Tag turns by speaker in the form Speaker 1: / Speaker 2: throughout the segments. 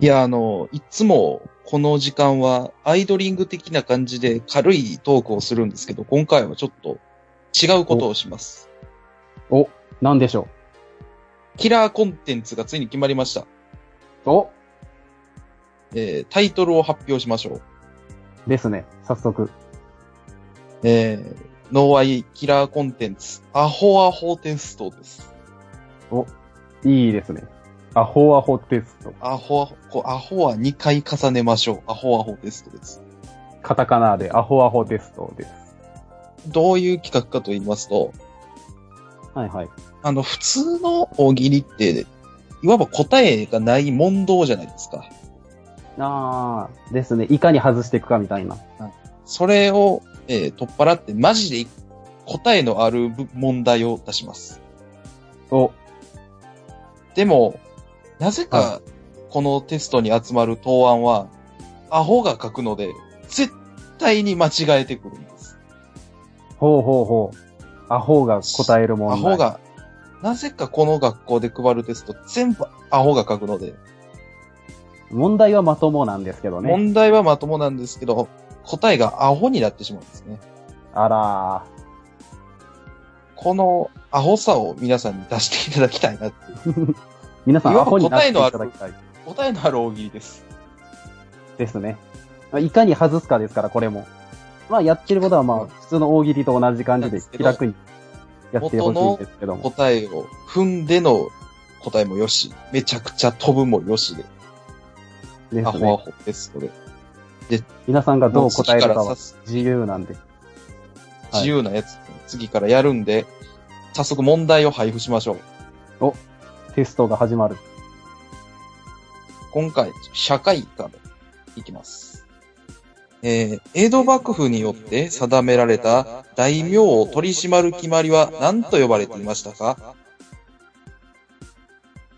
Speaker 1: いや、あの、いつもこの時間はアイドリング的な感じで軽いトークをするんですけど、今回はちょっと違うことをします。
Speaker 2: お、なんでしょ
Speaker 1: キラーコンテンツがついに決まりました。
Speaker 2: う。お、
Speaker 1: えータイトルを発表しましょう。
Speaker 2: ですね。早速。
Speaker 1: えー、ノーアイキラーコンテンツ、アホアホテストです。
Speaker 2: いいですね。アホアホテスト。
Speaker 1: アホアホ、こうアホは2回重ねましょう。アホアホテストです。
Speaker 2: カタカナでアホアホテストです。
Speaker 1: どういう企画かと言いますと、
Speaker 2: はいはい。
Speaker 1: あの、普通の大喜利って、いわば答えがない問答じゃないですか。
Speaker 2: あー、ですね。いかに外していくかみたいな。
Speaker 1: それを、えー取っ払って、マジで答えのある部問題を出します。
Speaker 2: お、
Speaker 1: でも、なぜか
Speaker 2: は、
Speaker 1: このテストに集まる答案は、アホが書くので、絶対に間違えてくるんです。
Speaker 2: ほうほうほう。アホが答える問
Speaker 1: ア
Speaker 2: 題。
Speaker 1: ホ。が、なぜかこの学校で配るテスト、全部アホが書くので、
Speaker 2: 問題はまともなんですけどね。
Speaker 1: 問題はまともなんですけど、答えがアホになってしまうんですね。
Speaker 2: あら
Speaker 1: このアホさを皆さんに出していただきたいなっていう。
Speaker 2: ー。皆さ
Speaker 1: い
Speaker 2: ん、
Speaker 1: わ
Speaker 2: ア
Speaker 1: ば
Speaker 2: ホになっていただきたい。
Speaker 1: 答えのある大喜利です。
Speaker 2: ですね。まあいかに外すかですから、これも。まあ、やってることはまあ、普通の大喜利と同じ感じで気楽にやってほしいんですけども。
Speaker 1: 答えを踏んでの答えもよし、めちゃくちゃ飛ぶもよしで、
Speaker 2: で
Speaker 1: ア
Speaker 2: す
Speaker 1: ホア
Speaker 2: ね。
Speaker 1: ホテストで。
Speaker 2: 皆さんがど
Speaker 1: も
Speaker 2: う答え
Speaker 1: 次か
Speaker 2: るから
Speaker 1: さ
Speaker 2: は
Speaker 1: す
Speaker 2: 自由なんで。はい
Speaker 1: 自由なやつ、次からやるんで、早速問題を配布しましょう。
Speaker 2: テストが始まる。
Speaker 1: 今回、社会科でいきます。えー、江戸幕府によって定められた大名を取り締まる決まりは何と呼ばれていましたか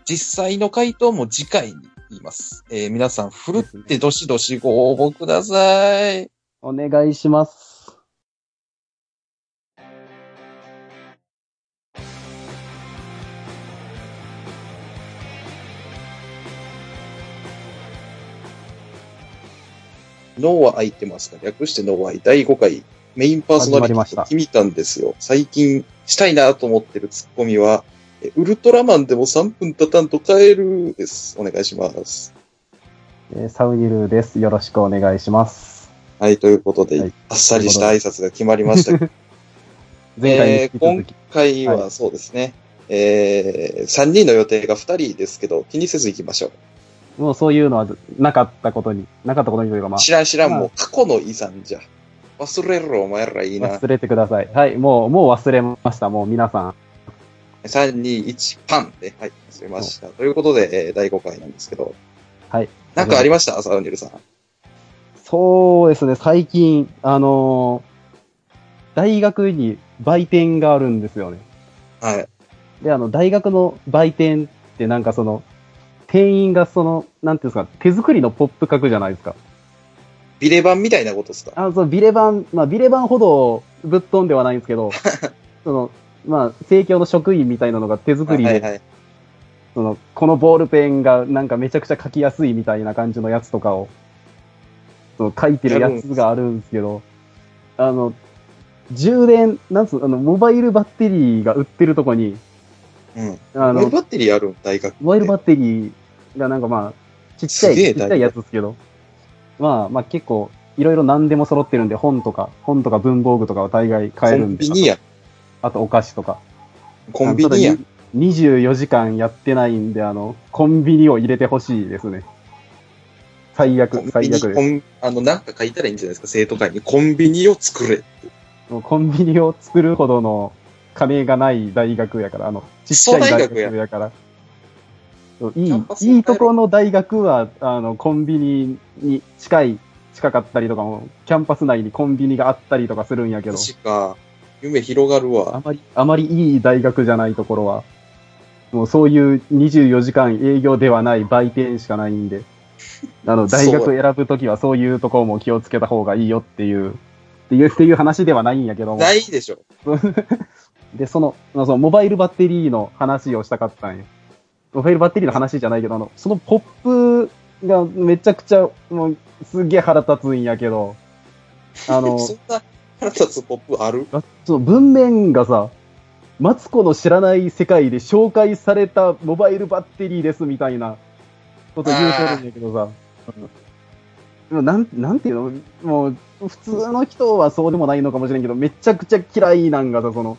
Speaker 1: 実際の回答も次回に言います。えー、皆さん、ふるってどしどしご応募ください。
Speaker 2: お願いします。
Speaker 1: 脳は空いてますか略して脳は空い第5回メインパーソナリテ
Speaker 2: 始まりまし
Speaker 1: ィ
Speaker 2: た
Speaker 1: の君たんですよ。最近したいなと思ってるツッコミは、えウルトラマンでも3分経たんと帰るです。お願いします。
Speaker 2: えーサウニルーです。よろしくお願いします。
Speaker 1: はい、ということで、
Speaker 2: はい
Speaker 1: あっさりした挨拶が決まりま したけど
Speaker 2: 前回に引き
Speaker 1: えー
Speaker 2: 続き。
Speaker 1: 今回
Speaker 2: は
Speaker 1: はそうですね、えー、3人の予定が2人ですけど、気にせず行きましょう。
Speaker 2: もうそういうのはなかったことに、なかったことにというかまあ、
Speaker 1: 知らん知らん、
Speaker 2: まあ
Speaker 1: もう過去の遺産じゃ。忘れろ、お前らいいな
Speaker 2: 忘。れてください。はい、もう、もう忘れました。もう皆さん。
Speaker 1: 3、2、1、パンで、はい、忘れました。ということで、えー第5回なんですけど、
Speaker 2: はい。
Speaker 1: なんかありましたサウニルさん。
Speaker 2: そうですね、最近、あのー大学に売店があるんですよね。
Speaker 1: はい。
Speaker 2: で、あの、大学の売店ってなんかその、店員がその、なんていうんですか、手作りのポップ書くじゃないですか。
Speaker 1: ビレ版みたいなことですか
Speaker 2: あの、そのビレ版、まあ、ビレ版ほどぶっ飛んではないんですけ ど、その、まあ、政教の職員みたいなのが手作りで、
Speaker 1: はいはい。
Speaker 2: その、このボールペンがなんかめちゃくちゃ書きやすいみたいな感じのやつとかを、その書いてるやつがあるんですけど、あの、充電、なんつうの、あの、モバイルバッテリーが売ってるとこに、
Speaker 1: うん。モバイ
Speaker 2: あ
Speaker 1: ル
Speaker 2: の、
Speaker 1: バッテリーあるん大学。
Speaker 2: モバイルバ
Speaker 1: ッ
Speaker 2: ッテリーがなんかまあ、ちっちゃ
Speaker 1: す
Speaker 2: い、
Speaker 1: げえ
Speaker 2: ちっちゃいやつですけど、まあまあ結構、いろいろ何でも揃ってるんで、本とか、本とか文房具とかは大概買えるんで
Speaker 1: コンビ、ニや。
Speaker 2: あとお菓子とか。
Speaker 1: コンビニ
Speaker 2: あ
Speaker 1: や
Speaker 2: の。ただに24時間やってないんで、あの、コンビニを入れてほしいですね。最
Speaker 1: コン
Speaker 2: 悪、
Speaker 1: ビ
Speaker 2: 最
Speaker 1: ニ、
Speaker 2: 悪
Speaker 1: コ
Speaker 2: です。
Speaker 1: ン、あの、なんか書いたらいいんじゃないですか生徒会に。コンビニを作れ。
Speaker 2: もうコンビニを作るほどの金がない大学やから、あの、ちっちゃい大学やから。そうい
Speaker 1: キャ
Speaker 2: い
Speaker 1: ンパ、スを変えろ
Speaker 2: いいとこの大学は、あの、コンビニに近い、近かったりとかも、キャンパス内にコンビニがあったりとかするんやけど、
Speaker 1: 確か、夢広がる
Speaker 2: あ
Speaker 1: わ。
Speaker 2: まり、あまりいい大学じゃないところは、もうそういう24時間営業ではない売店しかないんで、あの、大学選ぶときはそういうところも気をつけた方がいいよっていう、っていう、っていう話ではないんやけども。
Speaker 1: ないでしょ。
Speaker 2: で、その、まあそのモバイルバッテリーの話をしたかったんよ。モバイルバッテリーの話じゃないけど、あの、そのポップがめちゃくちゃ、もう、すげえ腹立つんやけど、あの、
Speaker 1: そんな腹立つポップある
Speaker 2: あその文面がさ、マツコの知らない世界で紹介されたモバイルバッテリーですみたいなこと言うてるんやけどさ、うんなんなんていうのもう、普通の人はそうでもないのかもしれんけど、めちゃくちゃ嫌いなんがさ、その、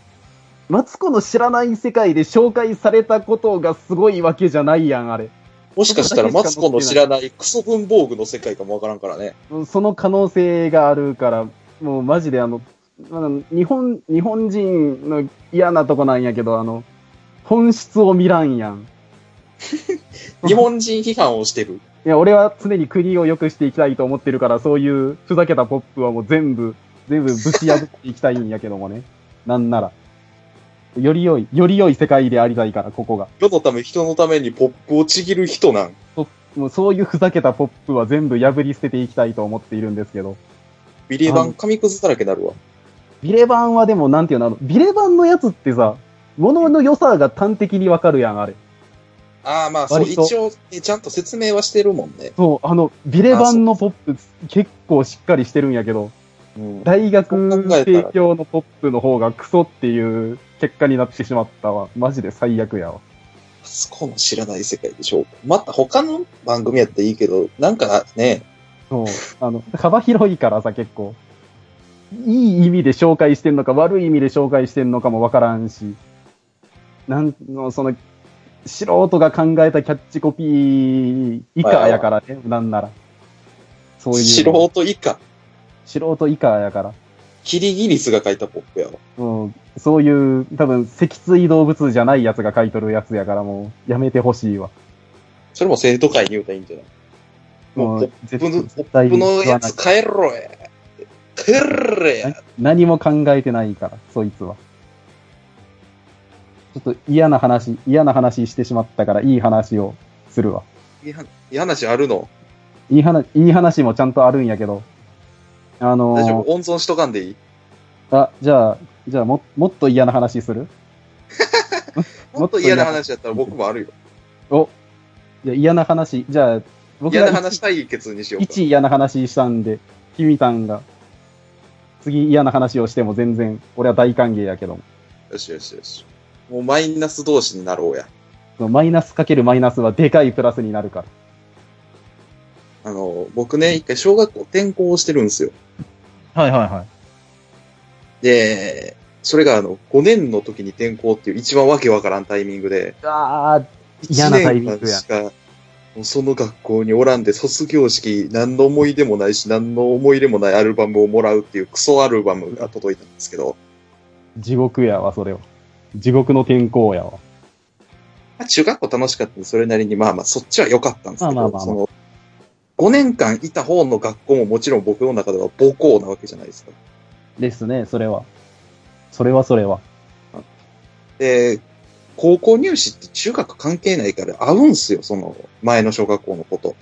Speaker 2: マツコの知らない世界で紹介されたことがすごいわけじゃないやん、あれ。
Speaker 1: もしかしたらマツコの知らないクソ文房具の世界かもわからんからね。
Speaker 2: その可能性があるから、もうマジであの、あの日本、日本人の嫌なとこなんやけど、あの、本質を見らんやん。
Speaker 1: 日本人批判をしてる。
Speaker 2: いや、俺は常に国を良くしていきたいと思ってるから、そういうふざけたポップはもう全部、全部ぶち破っていきたいんやけどもね。 なんなら。より良い、より良い世界でありたいから、ここが。
Speaker 1: 世のため、人のためにポップをちぎる人なん。
Speaker 2: もうそういうふざけたポップは全部破り捨てていきたいと思っているんですけど。
Speaker 1: ビレバン紙くずだらけになるわ。
Speaker 2: ビレ版はでも、なんていうの、あの、ビレ版のやつってさ、物の良さが端的にわかるやん、あれ。
Speaker 1: ああ、まあ、そう、
Speaker 2: 割
Speaker 1: 一
Speaker 2: と
Speaker 1: 応、ね、ちゃんと説明はしてるもんね。
Speaker 2: そう、あの、ビレ版のポップ、結構しっかりしてるんやけど、
Speaker 1: うん。
Speaker 2: 大学提供のポップの方がクソっていう結果になってしまったわ。マジで最悪やわ。
Speaker 1: そこの知らない世界でしょう。また他の番組やったらいいけど、なんかね、
Speaker 2: そう、あの、幅広いからさ、結構。いい意味で紹介してんのか、悪い意味で紹介してんのかもわからんし。なんの、その、素人が考えたキャッチコピー以下やからね、なんなら。そういう。
Speaker 1: 素人以下、
Speaker 2: 素人以下やから。
Speaker 1: キリギリスが書いたポップやわ。
Speaker 2: うん。そういう、多分、脊椎動物じゃないやつが書いとるやつやから、もう、やめてほしいわ。
Speaker 1: それも生徒会に言うたらいいんじゃないも
Speaker 2: も
Speaker 1: う
Speaker 2: う、
Speaker 1: ポップの、
Speaker 2: 絶
Speaker 1: ポッ
Speaker 2: 対
Speaker 1: プ
Speaker 2: 言わ
Speaker 1: の
Speaker 2: な
Speaker 1: や
Speaker 2: い
Speaker 1: つ帰ろや。帰れや。
Speaker 2: 何も考えてないから、そいつは。ちょっと嫌な話、嫌な話してしまったから、いい話をするわ。
Speaker 1: いい話いい話あるの
Speaker 2: いい話、いい話もちゃんとあるんやけど。あのー
Speaker 1: 大丈夫温存しとかんでいい
Speaker 2: あ、じゃあ、じゃあも、もっと嫌な話する
Speaker 1: もっと嫌な話やったら僕もあるよ。
Speaker 2: お、じゃあ嫌な話、じゃあ、僕
Speaker 1: 嫌
Speaker 2: が
Speaker 1: な話対決にしようか。
Speaker 2: 一嫌な話したんで、ひみたんが、次嫌な話をしても全然、俺は大歓迎やけども
Speaker 1: よしよしよし。もうマイナス同士になろうや。
Speaker 2: そのマイナスかけるマイナスはでかいプラスになるから。
Speaker 1: あの、僕ね、一回小学校転校してるんですよ。
Speaker 2: はいはいはい。
Speaker 1: で、それがあの、5年の時に転校っていう一番わけわからんタイミングで、
Speaker 2: ああ、嫌
Speaker 1: 1
Speaker 2: なタイミングや
Speaker 1: 年間しか、もうその学校におらんで卒業式、何の思い出もないし、何の思い入れもないアルバムをもらうっていうクソアルバムが届いたんですけど、
Speaker 2: 地獄やわ、それは。地獄の天候やわ。
Speaker 1: まあ中学校楽しかったんで、それなりに、まあまあ、そっちは良かったんですけ
Speaker 2: まあまあ
Speaker 1: ど、
Speaker 2: まあ
Speaker 1: その、5年間いた方の学校ももちろん僕の中では母校なわけじゃないですか。
Speaker 2: ですね、それは。それはそれは。
Speaker 1: で、高校入試って中学関係ないから合うんすよ、その、前の小学校のこと。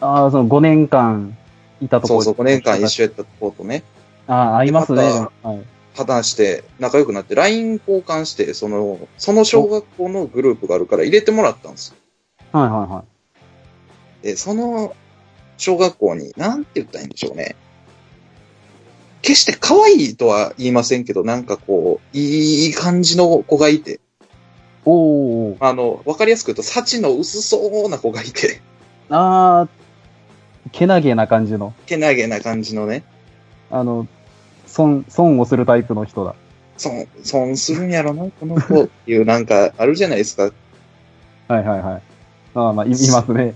Speaker 2: ああ、その5年間いたとこ
Speaker 1: そうそう、5年間一
Speaker 2: 緒。
Speaker 1: 緒やったことね、
Speaker 2: ああ、合いますね。
Speaker 1: でま
Speaker 2: はい。
Speaker 1: 話して、仲良くなって、LINE 交換して、その、その小学校のグループがあるから入れてもらったんですよ。
Speaker 2: はいはいはい。
Speaker 1: で、その、小学校に、なんて言ったらいいんでしょうね。決して可愛いとは言いませんけど、なんかこう、いい感じの子がいて、
Speaker 2: おー。
Speaker 1: あの、わかりやすく言うと、幸の薄そうな子がいて、
Speaker 2: ああ、けなげな感じの。
Speaker 1: けなげな感じのね、
Speaker 2: あの、損、損をするタイプの人だ。
Speaker 1: 損、損するんやろな、この子っていうなんか、あるじゃないですか。
Speaker 2: はいはいはい。ああ、まあ、いいますね。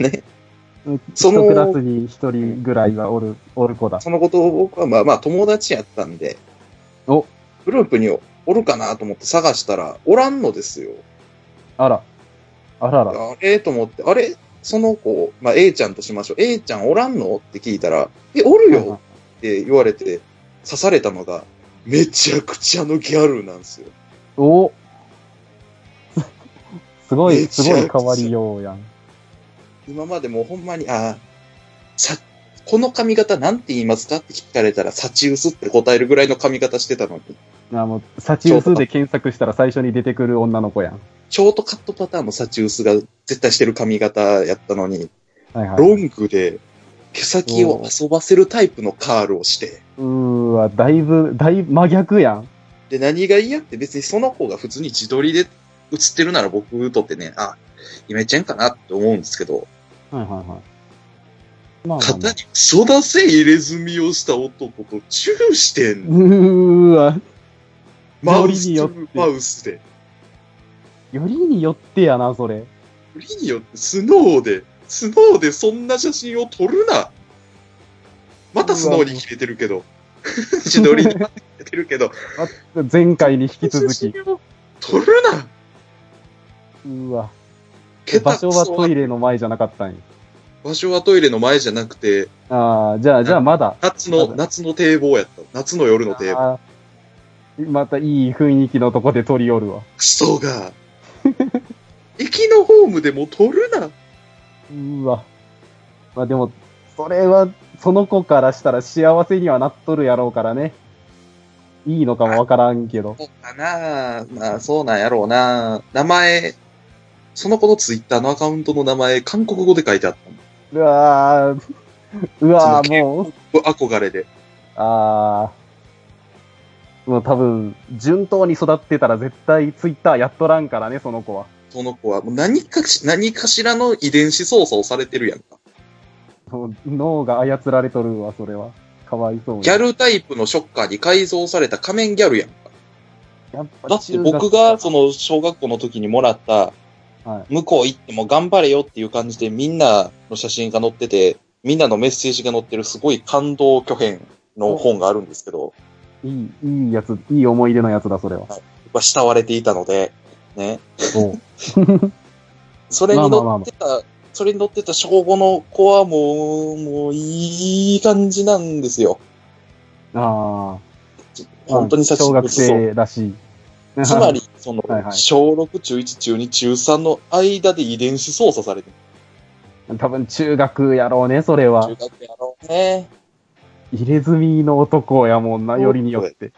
Speaker 1: ね。そ
Speaker 2: 一
Speaker 1: の
Speaker 2: クラスに一人ぐらいはおる、おる子だ。
Speaker 1: そのことを僕はまあまあ友達やったんで、
Speaker 2: お
Speaker 1: グループにおるかなと思って探したら、おらんのですよ。
Speaker 2: あら。あらら。
Speaker 1: あれと思って、あれその子、まあ A ちゃんとしましょう。A ちゃんおらんのって聞いたら、え、おるよって言われて、刺されたのが、めちゃくちゃのギャルなんですよ。
Speaker 2: お すご
Speaker 1: め
Speaker 2: い、
Speaker 1: ちゃ
Speaker 2: す
Speaker 1: くちゃ
Speaker 2: ごい変わりようやん。
Speaker 1: 今までもうほんまに、あーさ、この髪型なんて言いますかって聞かれたら、サチウスって答えるぐらいの髪型してたのに、
Speaker 2: あもう、サチウスで検索したら最初に出てくる女の子やん。
Speaker 1: ショートカットパターンのサチウスが絶対してる髪型やったのに、
Speaker 2: はいはい。
Speaker 1: ロングで毛先を遊ばせるタイプのカールをして、
Speaker 2: うーわ、だいぶ、だいぶ真逆やん。
Speaker 1: で、何が嫌って別にその方が普通に自撮りで映ってるなら僕とってね、あ、イメチェンかなって思うんですけど、
Speaker 2: はいはいはい。まあまあまあ、
Speaker 1: 型に育せ入れ墨をした男とチューしてんの。
Speaker 2: うーわ、
Speaker 1: マ
Speaker 2: よ
Speaker 1: ウ
Speaker 2: り
Speaker 1: ス
Speaker 2: によ
Speaker 1: と
Speaker 2: って
Speaker 1: マウスで。
Speaker 2: よりによってやな、それ。
Speaker 1: よりによってスノーで、スノーでそんな写真を撮るな。またスノーに切れてるけど。自撮りに切れてるけど。
Speaker 2: 前回に 引き続き。
Speaker 1: 撮るな
Speaker 2: うわ。
Speaker 1: 下手
Speaker 2: 場所はトイ
Speaker 1: レ。
Speaker 2: レの前じゃなかったんや。
Speaker 1: 場所はトイレの前じゃなくて、
Speaker 2: ああ、じゃあ、じゃあまだ。
Speaker 1: 夏の、
Speaker 2: まだ
Speaker 1: 夏の堤防やった。夏の夜の堤防。
Speaker 2: あーまたいい雰囲気のとこで撮り寄るわ。
Speaker 1: クソが。 駅のホームでも撮るな。
Speaker 2: うわ。まあでも、それは、その子からしたら幸せにはなっとるやろうからね。いいのかもわからんけど。
Speaker 1: そうかなまあ、そうなんやろうな名前、その子のツイッターのアカウントの名前、韓国語で書いてあったの
Speaker 2: うわーうわー
Speaker 1: その
Speaker 2: もう、
Speaker 1: 僕憧れで。
Speaker 2: あーもう多分、順当に育ってたら絶対ツイッターやっとらんからね、その子は。
Speaker 1: その子は、もう何かし、何かしらの遺伝子操作をされてるやんか。
Speaker 2: もう脳が操られとるわ、それは。かわいそうに
Speaker 1: ギャルタイプのショッカーに改造された仮面ギャルやんか。
Speaker 2: やっぱ
Speaker 1: だって
Speaker 2: 中学
Speaker 1: 僕が、その、小学校の時にもらった、
Speaker 2: は
Speaker 1: 向こう行っても頑張れよっていう感じで、みんなの写真が載ってて、みんなのメッセージが載ってるすごい感動巨編の本があるんですけど、
Speaker 2: いい、いいやつ、いい思い出のやつだ、それは。
Speaker 1: 僕は慕われていたので、ね。
Speaker 2: おう
Speaker 1: それに
Speaker 2: まあまあ
Speaker 1: 乗
Speaker 2: ま
Speaker 1: っ
Speaker 2: あ
Speaker 1: てた、それに乗ってた小5の子はもう、もういい感じなんですよ。
Speaker 2: あ
Speaker 1: ちょ
Speaker 2: あ。
Speaker 1: 本当に写真
Speaker 2: 小学
Speaker 1: そう
Speaker 2: 生らしい。
Speaker 1: つまり、その
Speaker 2: はいは、い
Speaker 1: 小6、中1、中2、中3の間で遺伝子操作されてる。
Speaker 2: 多分中学やろうね、それは
Speaker 1: 中。学やろうね。
Speaker 2: 入れ墨の男やもんな、
Speaker 1: そう
Speaker 2: よりによって。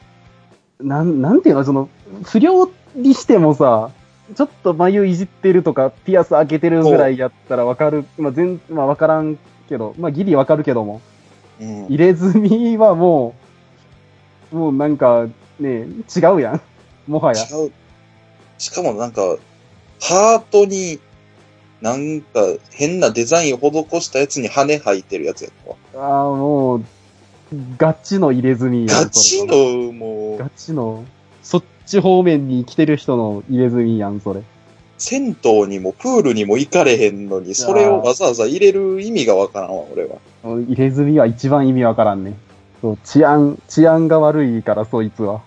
Speaker 2: なん、なんていうの、その、不良にしてもさ、ちょっと眉いじってるとか、ピアス開けてるぐらいやったらわかる。まあ、全、まあ、わからんけど、まあ、ギリわかるけども。
Speaker 1: うん
Speaker 2: 入れ墨はもう、もうなんか、ね、違うやん。もはや。
Speaker 1: 違う。しかもなんか、ハートに、なんか、変なデザインを施したやつに羽生えてるやつやったわ。
Speaker 2: ああ、もう、ガチの入れ墨やん
Speaker 1: ガチ
Speaker 2: それ
Speaker 1: の、も
Speaker 2: ガ
Speaker 1: う、
Speaker 2: チの。そっち方面に来てる人の入れ墨やん、それ。
Speaker 1: 銭湯にもプールにも行かれへんのに、それをわざわざ入れる意味がわからんわ、 俺は。
Speaker 2: 入れ墨は一番意味わからんね。そう、治安、治安が悪いから、そい つは。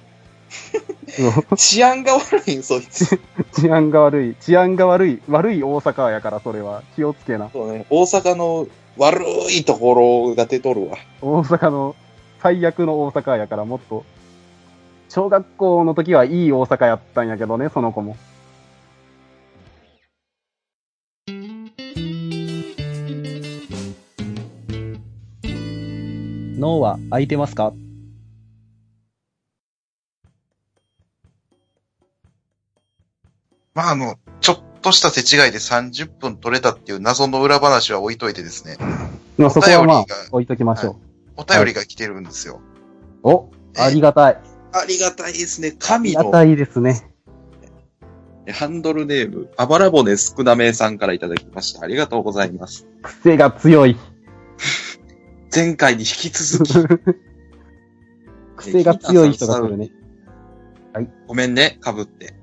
Speaker 2: そう
Speaker 1: 治安が悪いん、そいつ。
Speaker 2: 治安が悪い。治安が悪い。悪い大阪やから、それは。気をつけな。
Speaker 1: そうね、大阪の悪いところが出とるわ。
Speaker 2: 大阪の、最悪の大阪やから、もっと。小学校の時はいい大阪やったんやけどね、その子も。脳は空いてますか
Speaker 1: まあ、あの、ちょっとした手違いで30分取れたっていう謎の裏話は置いといてですね、
Speaker 2: まあ、そこは
Speaker 1: お
Speaker 2: ま
Speaker 1: 便
Speaker 2: あ
Speaker 1: りが、
Speaker 2: 置いときましょう。
Speaker 1: お便りが来てるんですよ。
Speaker 2: お、ありがたい。あ
Speaker 1: ありがたいですね。
Speaker 2: り
Speaker 1: 神
Speaker 2: が
Speaker 1: の
Speaker 2: たいですね。
Speaker 1: ハンドルネーム、あばら骨すくなめさんからいただきました。ありがとうございます。
Speaker 2: 癖が 強い。
Speaker 1: 前回に引き続き、
Speaker 2: 癖が強い人が来るね。
Speaker 1: ごめんね、かぶ って。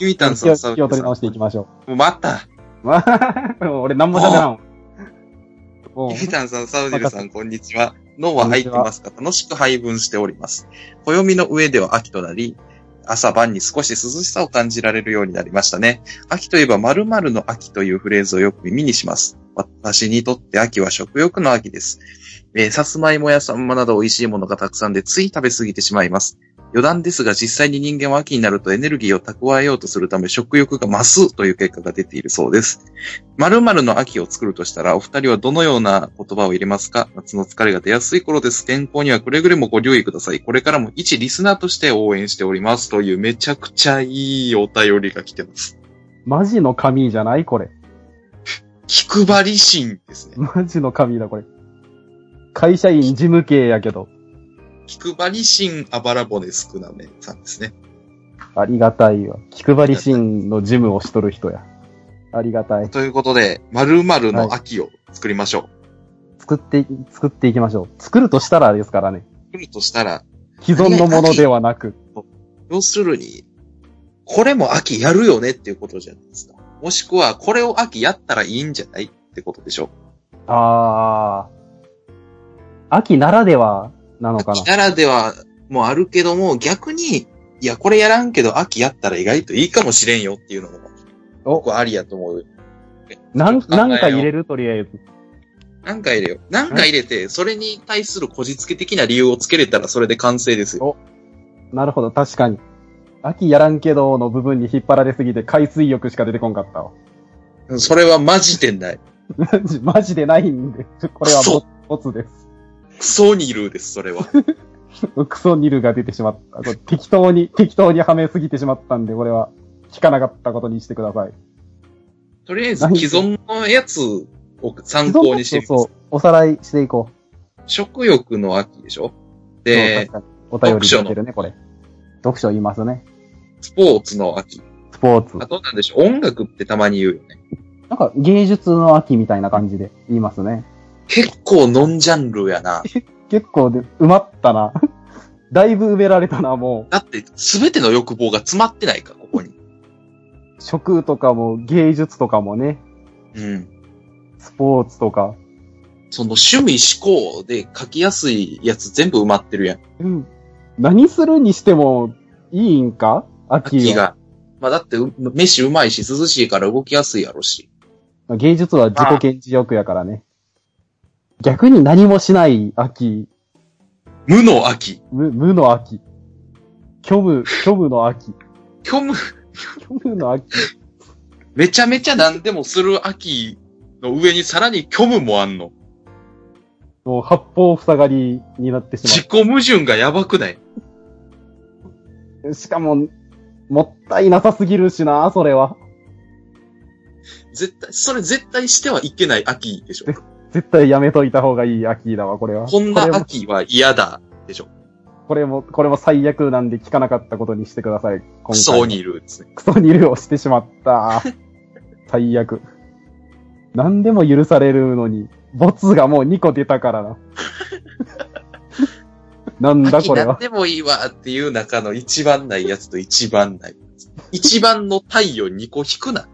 Speaker 1: ゆい
Speaker 2: 気
Speaker 1: た
Speaker 2: を
Speaker 1: んさん、
Speaker 2: 気を取り直していきましょ
Speaker 1: もうまた、
Speaker 2: う。まあ、もう 俺何も喋らん。もう
Speaker 1: ゆいたんさん、サウジルさん、こんにちは。脳は入ってますか楽しく配分しております。暦の上では秋となり、朝晩に少し涼しさを感じられるようになりましたね。秋といえば〇〇の秋というフレーズをよく耳にします。私にとって秋は食欲の秋です。えーさつまいもやさんまなど美味しいものがたくさんでつい食べ過ぎてしまいます。余談ですが実際に人間は秋になるとエネルギーを蓄えようとするため食欲が増すという結果が出ているそうです。〇〇の秋を作るとしたらお二人はどのような言葉を入れますか夏の疲れが出やすい頃です。健康にはくれぐれもご留意ください。これからも一リスナーとして応援しておりますというめちゃくちゃいいお便りが来てます。
Speaker 2: マジの神じゃないこれ。
Speaker 1: 気配り神ですね。
Speaker 2: マジの神だ、これ。会社員事務系やけど。
Speaker 1: 気配り神あばら骨少なめさんですね。
Speaker 2: ありがたいわ。気配り神の事務をしとる人や。ありがたい。
Speaker 1: ということで、〇〇の秋を作りましょう。
Speaker 2: 作って、作っていきましょう。作るとしたらですからね。
Speaker 1: 作るとしたら、
Speaker 2: 既存のものではなく。
Speaker 1: 要するに、これも秋やるよねっていうことじゃないですか。もしくは、これを秋やったらいいんじゃないってことでしょ
Speaker 2: ああ。秋ならではなの
Speaker 1: う。
Speaker 2: かな
Speaker 1: 秋。ならではもあるけども、逆に、いや、これやらんけど、秋やったら意外といいかもしれんよっていうのも、
Speaker 2: お、
Speaker 1: 僕はありやと思う。
Speaker 2: なん、
Speaker 1: 考えよう
Speaker 2: なんか入れるとりあえず。
Speaker 1: なんか入れよう。なんか入れて、それに対するこじつけ的な理由をつけれたらそれで完成ですよ。
Speaker 2: なるほど、確かに。秋やらんけどの部分に引っ張られすぎて海水浴しか出てこんかったわ。
Speaker 1: それはマジでない。
Speaker 2: マジマジでないんで、これは
Speaker 1: そう
Speaker 2: ボボツです。
Speaker 1: クソニルです、それ は。
Speaker 2: クソニルが出てしまった。これ適当に、適当にはめすぎてしまったんで、これは聞かなかったことにしてください。
Speaker 1: とりあえず既存のやつを参考にしてみ
Speaker 2: そう
Speaker 1: ます
Speaker 2: そう。、おさらいしていこう。
Speaker 1: 食欲の秋でしょ
Speaker 2: そ
Speaker 1: で、
Speaker 2: う確かにお便り出てるね、これ。読書言いますね。
Speaker 1: スポーツの秋。
Speaker 2: スポーツ
Speaker 1: あ。となんでしょう、音楽ってたまに言うよね。
Speaker 2: なんか芸術の秋みたいな感じで言いま すね。
Speaker 1: 結構ノンジャンルやな。
Speaker 2: 結構で、埋まったな。 だいぶ埋められたな、も
Speaker 1: だって、すべての欲望が詰まってないか、ここに。
Speaker 2: う。食とかも芸術とかもね、
Speaker 1: うん。
Speaker 2: スポーツとか。
Speaker 1: その趣味思考で書きやすいやつ全部埋まってるやん。
Speaker 2: うん。何するにしてもいいんか秋は
Speaker 1: 秋が。まあだってう、飯うまいし、涼しいから動きやすいやろし。
Speaker 2: まあ芸術は自己顕示欲やからね。逆に何もしない秋、
Speaker 1: 無の秋。
Speaker 2: 無無の秋。虚無、虚無の秋。
Speaker 1: 虚無、
Speaker 2: 虚無の秋。
Speaker 1: めちゃめちゃ何でもする秋の上にさらに虚無もあんの。
Speaker 2: もう八方塞がりになってしまう
Speaker 1: 自。己矛盾がやばくない
Speaker 2: しかも、もったいなさすぎるしな、それは。
Speaker 1: 絶対、それ絶対してはいけない秋 でしょ。
Speaker 2: 絶対やめといた方がいい秋だわ、これは。
Speaker 1: こんな
Speaker 2: これも、
Speaker 1: 秋は嫌だでしょ。
Speaker 2: これも、これも最悪なんで聞かなかったことにしてください。今回
Speaker 1: クソ。にいるですね。
Speaker 2: クソにルをしてしまった。 最悪。何でも許されるのに、ボツがもう2個出たからな。 なんだ
Speaker 1: 秋
Speaker 2: これ
Speaker 1: な
Speaker 2: は
Speaker 1: ん。でもいいわっていう中の一番ないやつと一番ない。一番の太陽2個引くな。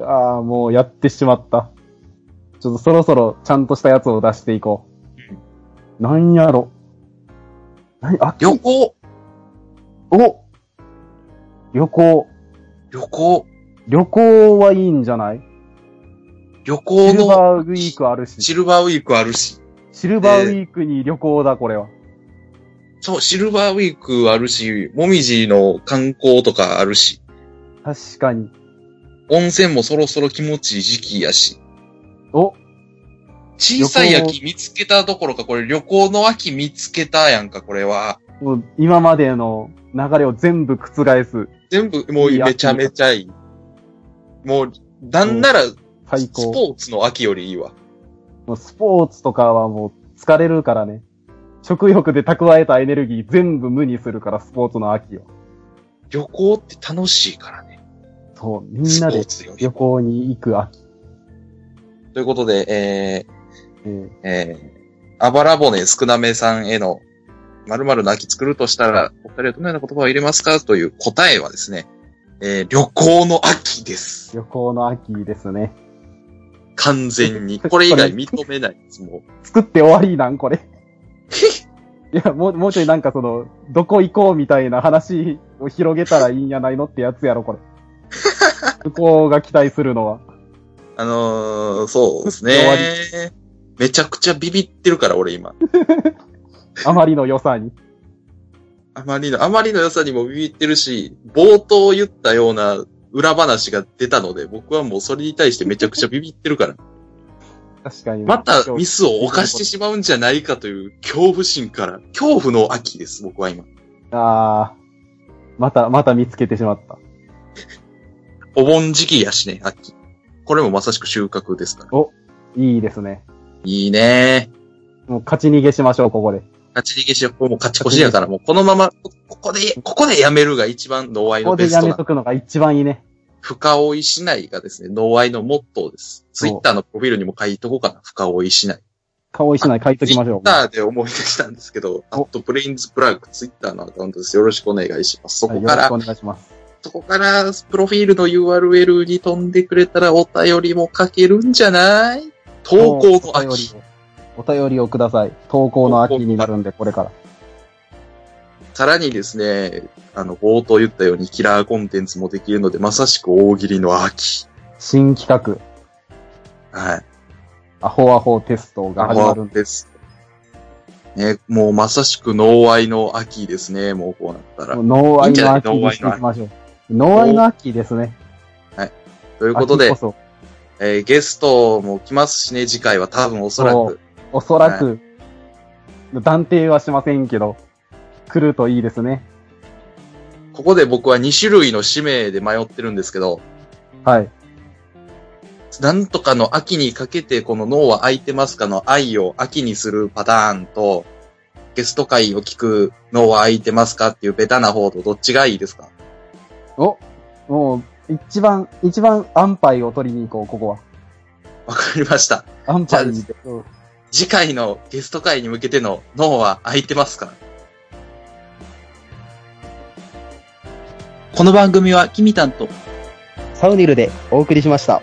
Speaker 2: ああ、もうやってしまった。ちょっとそろそろちゃんとしたやつを出していこう。なんやろ。なに、あ、
Speaker 1: 旅行
Speaker 2: お旅行。
Speaker 1: 旅行
Speaker 2: 旅行はいいんじゃない
Speaker 1: 旅
Speaker 2: シ
Speaker 1: 行
Speaker 2: ル
Speaker 1: の
Speaker 2: バーウィークあるし。
Speaker 1: シルバーウィークあるし。
Speaker 2: シルバーウィークに旅行だ、これは。
Speaker 1: そう、シルバーウィークあるし、もみじの観光とかあるし、
Speaker 2: 確かに。
Speaker 1: 温泉もそろそろ気持ちいい時期やし。
Speaker 2: お
Speaker 1: 小さい秋見つけたどころか、これ旅行の秋見つけたやんか、これは。
Speaker 2: もう今までの流れを全部覆す。
Speaker 1: 全部、もう
Speaker 2: いい秋
Speaker 1: めちゃめちゃいい。もう、なんなら、ス
Speaker 2: 最高。
Speaker 1: ポーツの秋よりいいわ。
Speaker 2: もうスポーツとかはもう疲れるからね。食欲で蓄えたエネルギー全部無にするから、スポーツの秋を。
Speaker 1: 旅行って楽しいからね。
Speaker 2: そう、み
Speaker 1: ス
Speaker 2: ん
Speaker 1: ポ
Speaker 2: な
Speaker 1: ー
Speaker 2: で
Speaker 1: ツより。
Speaker 2: 旅行に行く秋。
Speaker 1: ということで、
Speaker 2: えー
Speaker 1: えー、えー、あばら骨少なめさんへの〇〇の秋作るとしたら、お二人はどのような言葉を入れますかという答えはですね、えー、旅行の秋です。
Speaker 2: 旅行の秋ですね。
Speaker 1: 完全 に。これ以外認めないです、もう。
Speaker 2: 作って終わりなん これ。いや、もう、もうちょいなんかその、どこ行こうみたいな話を広げたらいいんやないのってやつやろ、これ。 向こうが期待するのは。
Speaker 1: あのー、そうです
Speaker 2: 終わ
Speaker 1: ね。めちゃくちゃビビってるから、俺今。
Speaker 2: あまりの良さに。
Speaker 1: あまりの、あまりの良さにもビビってるし、冒頭言ったような裏話が出たので、僕はもうそれに対してめちゃくちゃビビってる から。
Speaker 2: 確かに。
Speaker 1: またミスを犯してしまうんじゃないかという恐怖心から、恐怖の秋です、僕は今。
Speaker 2: ああ。また、また見つけてしまった。
Speaker 1: お盆時期やしね、秋。これもまさしく収穫ですから。
Speaker 2: いいですね。
Speaker 1: いいね
Speaker 2: もう勝ち逃げしましょう、ここで。
Speaker 1: 勝ち逃げしよう。もう勝ち越しやから、もうこのまま、こここで、ここでやめるが一番ノーアイ
Speaker 2: こ
Speaker 1: の
Speaker 2: こ
Speaker 1: ベ
Speaker 2: で
Speaker 1: ス
Speaker 2: や
Speaker 1: ト
Speaker 2: め
Speaker 1: な
Speaker 2: と。くのが一番いいね。
Speaker 1: 深追いしないがですね、ノーアイのモットーです。ツイッターのプロフィールにも書いとこうかな。深追いしない。
Speaker 2: 顔石内書いときましょう
Speaker 1: ツイ。ッターで思い出したんですけど、アットブレインズプラグ、ツイッターのアカウントです。よろしくお願いします。そ
Speaker 2: はい
Speaker 1: こ
Speaker 2: よ
Speaker 1: か
Speaker 2: ろし
Speaker 1: ら
Speaker 2: くお、願いします。
Speaker 1: そこから、プロフィールの URL に飛んでくれたらお便りも書けるんじゃない投稿の
Speaker 2: お便
Speaker 1: 秋
Speaker 2: り。を。お便りをください。投稿の秋になるんで、これから。
Speaker 1: さらにですね、あの、冒頭言ったようにキラーコンテンツもできるので、まさしく大喜利の秋。
Speaker 2: 新企
Speaker 1: はい。
Speaker 2: 画、アホアホテストが始まるんで。
Speaker 1: です。ね、もうまさしくノーアイの秋ですね、もうこうなったら
Speaker 2: もう。ノー
Speaker 1: い
Speaker 2: アイの秋
Speaker 1: いんじゃない
Speaker 2: にしていきましょう。ノーアイの秋ですね。
Speaker 1: とい
Speaker 2: と
Speaker 1: うことで
Speaker 2: こ、そ
Speaker 1: えーゲストも来ますしね、次回は多分おそら
Speaker 2: そう
Speaker 1: く。
Speaker 2: おそらく、断定はしませんけど、来るといいですね。
Speaker 1: ここで僕は2種類の使命で迷ってるんですけど、
Speaker 2: はい。
Speaker 1: なんとかの秋にかけて、この脳は空いてますかの愛を秋にするパターンと、ゲスト会を聞く脳は空いてますかっていうベタな方とどっちがいいですか
Speaker 2: お、もう、一番、一番安牌を取りに行こう、ここは。
Speaker 1: わかりました。
Speaker 2: 安牌にて。
Speaker 1: 次回のゲスト会に向けての脳は空いてますかこの番組はキミタンと
Speaker 3: サウニルでお送りしました。